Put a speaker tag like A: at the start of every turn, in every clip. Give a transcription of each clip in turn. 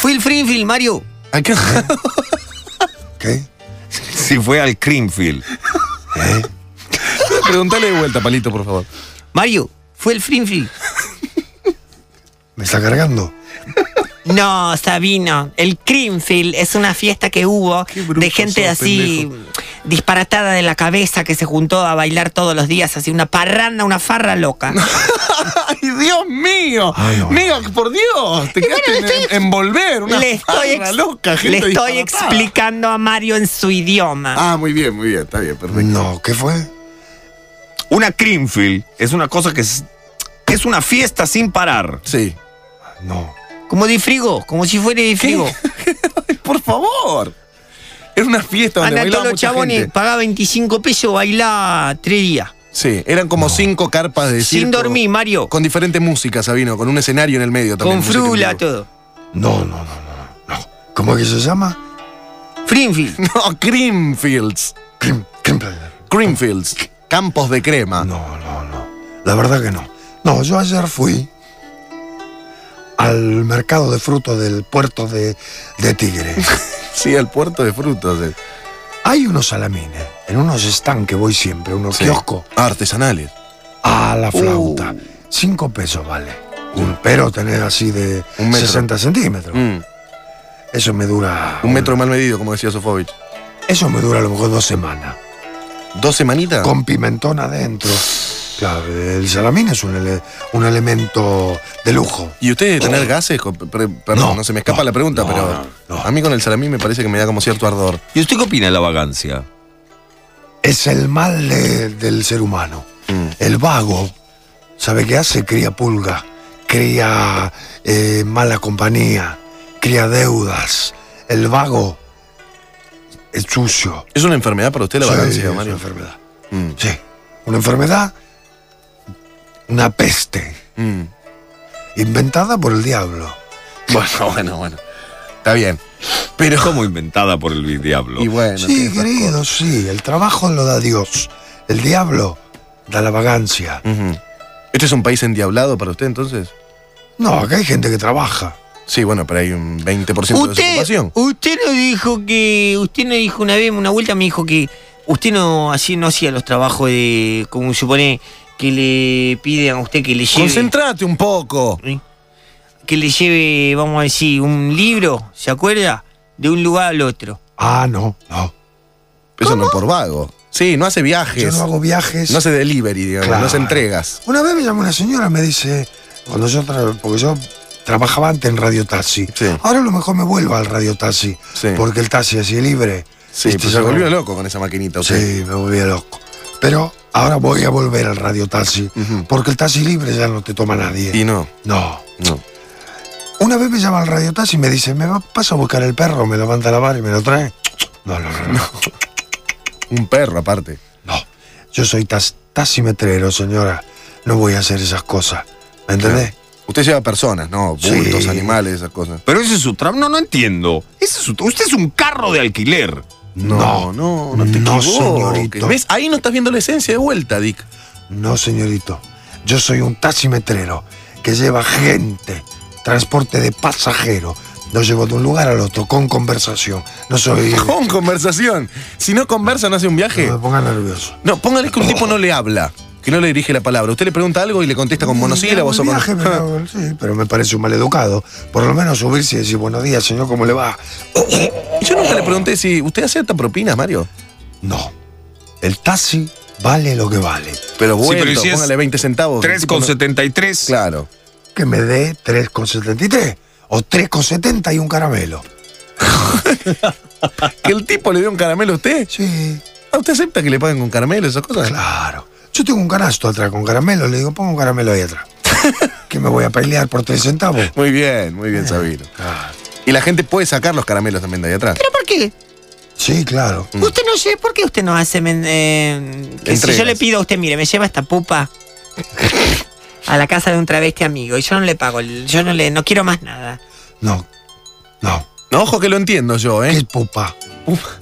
A: Fui Frinfield, Mario.
B: ¿A qué?
C: ¿Qué?
B: Si fue al Creamfield. ¿Eh? Pregúntale de vuelta, Palito, por favor.
A: Mario, fue el Frinfield.
C: ¿Me está cargando?
A: No, Sabino, el Creamfield es una fiesta que hubo
B: Qué bruto
A: de gente
B: sos,
A: así disparatada de la cabeza que se juntó a bailar todos los días, así una parranda, una farra loca.
B: ¡Ay, Dios mío!
C: Ay, bueno.
B: ¡Mío, por Dios! Te quedaste
A: bueno, le estoy-
B: en, envolver una
A: le estoy,
B: farra
A: ex-
B: loca,
A: le
B: gente
A: estoy
B: disparatada.
A: explicando a Mario en su idioma.
B: Ah, muy bien, muy bien, está bien, perfecto.
C: No, ¿qué fue?
D: Una Creamfield es una cosa que es, es una fiesta sin parar.
B: Sí.
C: No.
A: Como de frigo, como si fuera de frigo.
B: Ay, por favor. Era una fiesta donde
A: Anda todos
B: bailaba
A: los
B: mucha
A: chabones,
B: gente.
A: pagá 25 pesos, bailá tres días.
B: Sí, eran como cinco carpas de
A: Sin
B: circo,
A: dormir, Mario.
B: Con diferente música, Sabino, con un escenario en el medio también.
A: Con
B: música en
A: frula,
B: vivo.
A: todo.
C: No, no, no, no, no. ¿Cómo es que se llama?
A: Frinfield.
B: No, Creamfields.
C: Crim, crim player.
B: Creamfields. Campos de crema.
C: No, no, no. La verdad que no. No, yo ayer fui al mercado de frutos del puerto de, de Tigre.
B: Sí, al puerto de frutos. eh.
C: Hay unos salamines, en unos estanques voy siempre, unos
B: Sí. Uh.
C: kioscos.
B: Artesanales.
C: A la flauta. Cinco pesos vale. Un pero tenés así de
B: Un metro.
C: 60 centímetros.
B: Mm,
C: Eso me dura.
B: Un metro mal medido, como decía Sofovich.
C: Eso me dura a lo mejor dos semanas.
B: ¿Dos semanitas?
C: Con pimentón adentro. Claro, el salamín es un, ele- un elemento de lujo.
B: ¿Y usted debe tener gases? Co- pre- Perdón, no,
C: No,
B: se me escapa
C: no,
B: la pregunta,
C: no,
B: pero
C: no, no.
B: a mí con el salamín me parece que me da como cierto ardor.
D: ¿Y usted qué opina de la vagancia?
C: Es el mal de- del ser humano.
B: Mm.
C: El vago, ¿sabe qué hace? Cría pulga, cría eh, mala compañía, cría deudas. El vago es sucio.
B: ¿Es una enfermedad para usted la
C: Sí,
B: vagancia,
C: es
B: Mario?
C: una enfermedad.
B: Mm,
C: Sí, una enfermedad, una peste,
B: mm.
C: inventada por el diablo.
B: Bueno, bueno, bueno. Está bien. Pero.
D: Como inventada por el diablo.
B: Y bueno, tiene
C: sí,
B: esas
C: querido, sí, el trabajo lo da Dios. El diablo da la vagancia.
B: cosas. Ujú. ¿Este es un país endiablado para usted entonces?
C: No, acá hay gente que trabaja.
B: Sí, bueno, pero hay un 20% de
A: Usted,
B: desocupación.
A: usted no dijo que. Usted no dijo una vez, una vuelta me dijo que usted no así no hacía los trabajos de. como supone que le piden a usted que le lleve.
B: Concentrate un poco.
A: que le lleve, vamos a decir, un libro, ¿se acuerda? De un lugar al otro.
C: Ah, no, no.
B: Eso no es por vago. Sí, no hace
C: Yo
B: viajes.
C: no
B: No,
C: hago viajes.
B: hace delivery, digamos, no
C: Claro.
B: hace entregas.
C: Una vez me llamó una señora, me dice, cuando yo tra- porque yo trabajaba antes en Radio Taxi.
B: Sí.
C: Ahora a lo mejor me vuelvo al Radio Taxi,
B: Sí.
C: porque el taxi así es libre.
B: Sí,
C: Viste,
B: pues se
C: yo-
B: volvió loco con esa maquinita. usted.
C: Sí, me volví loco. Pero ahora voy a volver al radio taxi,
B: Ujú.
C: porque el taxi libre ya no te toma nadie.
B: Y no,
C: No.
B: no.
C: Una vez me llama al radio taxi y me dice, ¿me va- pasa a buscar el perro? ¿Me lo manda a lavar y me lo trae? No, no, no, no.
B: Un perro aparte.
C: no. Yo soy tas- taximetrero, señora. No voy a hacer esas cosas. ¿Me entendés?
B: Usted lleva personas, ¿no?
C: Sí.
B: Bultos, animales, esas cosas.
D: Pero ese es su trabajo. No, no entiendo. Ese es su- usted es un carro de alquiler.
B: No, no, no te
C: No,
B: equivoques.
C: señorito.
B: ¿Ves? Ahí no estás viendo la esencia de vuelta, Dick.
C: No, señorito. Yo soy un taximetrero que lleva gente, transporte de pasajeros. Lo llevo de un lugar al otro con conversación. No soy...
B: Con conversación. Si no conversa, no hace un viaje.
C: No me ponga nervioso.
B: No, póngale que un tipo no le habla, que no le dirige la palabra. Usted le pregunta algo y le contesta con monosílabos o
C: Mm, Un
B: con.
C: viaje, pero, sí, pero me parece un maleducado. Por lo menos subirse y decir, buenos días, señor, ¿cómo le va?
B: Y Yo nunca le pregunté si usted acepta propinas, Mario.
C: No. El taxi vale lo que vale.
B: Pero
D: Sí,
B: bueno,
D: pero ¿y si es
B: póngale 20 centavos. El tipo no-
D: 3,73.
B: Claro.
C: Que me dé 3,73 o 3,70 y un caramelo.
B: Que el tipo le dé un caramelo a usted.
C: Sí,
B: ¿Ah, ¿Usted acepta que le paguen con caramelo esas cosas?
C: claro. Yo tengo un canasto atrás con caramelo. Le digo, ponga un caramelo ahí atrás. que me voy a pelear por 3 centavos.
B: Muy bien, muy bien, Sabino.
C: Ah,
B: Y la gente puede sacar los caramelos también de ahí atrás.
A: ¿Pero por qué?
C: sí, claro.
A: Usted no sé, ¿por qué usted no hace men- eh, que si yo
B: Entregas.
A: le pido a usted, mire, me lleva esta pupa a la casa de un travesti amigo y yo no le pago, el- yo no le no quiero más nada.
C: No, no.
B: No, ojo que lo entiendo yo,
C: ¿Qué
B: ¿eh?
C: es pupa?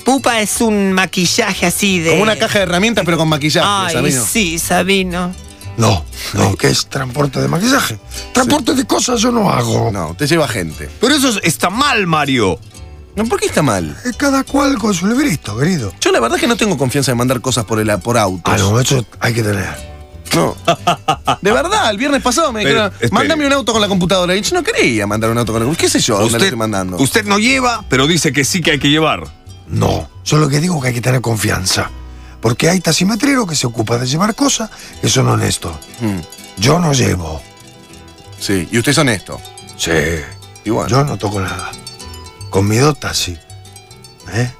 A: Pupa es un maquillaje así de
B: Como una caja de herramientas, pero con maquillaje,
A: Ay,
B: Sabino.
A: sí, Sabino.
C: No, no, que es transporte de maquillaje. Transporte de cosas yo no hago.
B: No, te lleva gente.
D: Pero eso es- está mal, Mario.
B: No, ¿por qué está mal?
C: Es Eh, cada cual con su librito, querido.
B: Yo la verdad es que no tengo confianza en mandar cosas por el por autos.
C: Ah, no, eso hay que tener.
B: No. De verdad, el viernes pasado me
D: Pero,
B: dijeron,
A: este-
D: espere.
B: mándame un auto con la computadora. Y yo no quería mandar un auto con la computadora. ¿Qué sé yo? ¿Dónde lo
D: Usted,
B: estoy mandando?
D: usted no lleva, pero dice que sí que hay que llevar.
C: No, yo lo que digo es que hay que tener confianza. Porque hay taximetreros que se ocupan de llevar cosas que son honestos.
B: Mm,
C: Yo no llevo.
B: sí, y usted es honesto.
C: Sí.
B: Y bueno.
C: Yo no toco nada. Con mi dota sí. ¿Eh?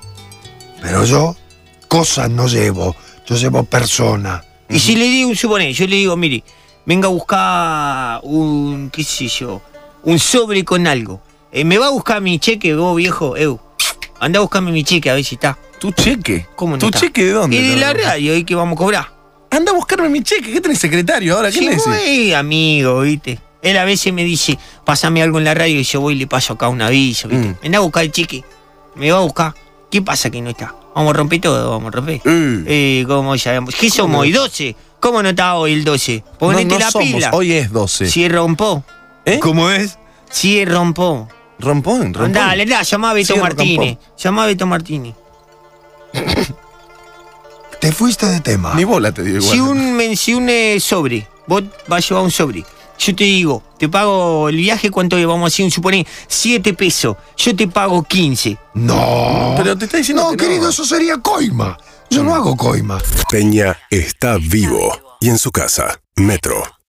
C: Pero yo cosas no llevo. Yo llevo personas.
A: Y si le digo, suponé, yo le digo, mire, venga a buscar un, qué sé yo, un sobre con algo. Eh, me va a buscar mi cheque, vos viejo, eu. Anda a buscarme mi cheque a ver si está.
B: ¿Tu cheque?
A: ¿Cómo no
B: ¿Tu
A: está?
B: cheque de dónde?
A: Y de la
B: Leonardo?
A: radio, ahí que vamos a cobrar.
B: Anda a buscarme mi cheque. ¿Qué tenés secretario ahora? ¿Qué
A: Sí,
B: le decís?
A: voy, amigo, viste. Él a veces me dice, pásame algo en la radio y yo voy y le paso acá un aviso, viste.
B: Mm.
A: Anda a buscar el cheque, me va a buscar. ¿Qué pasa que no está? Vamos a romper todo, vamos a romper.
B: Eh,
A: Eh, ¿cómo sabemos? ¿Qué somos hoy? 12. ¿Cómo no está hoy el 12? Ponete
B: no, no
A: la
B: somos.
A: pila.
B: Hoy es 12.
A: Si rompó,
B: ¿Eh?
D: ¿Cómo es?
A: si rompó.
B: Rompón, rompón.
A: Andá, le da, llamá a Beto
B: Sí,
A: Martínez. Llamá a Beto Martínez.
C: Te fuiste de tema.
B: Ni bola te digo igual.
A: Si un, men- si un eh, sobre, vos vas a llevar un sobre. Yo te digo, te pago el viaje, ¿cuánto es? vamos a hacer? Un suponé 7 pesos. Yo te pago 15.
C: No.
B: Pero te Mm. está diciendo
C: No,
B: que no.
C: querido, eso sería coima. Yo no hago coima.
E: Peña está vivo y en su casa. Metro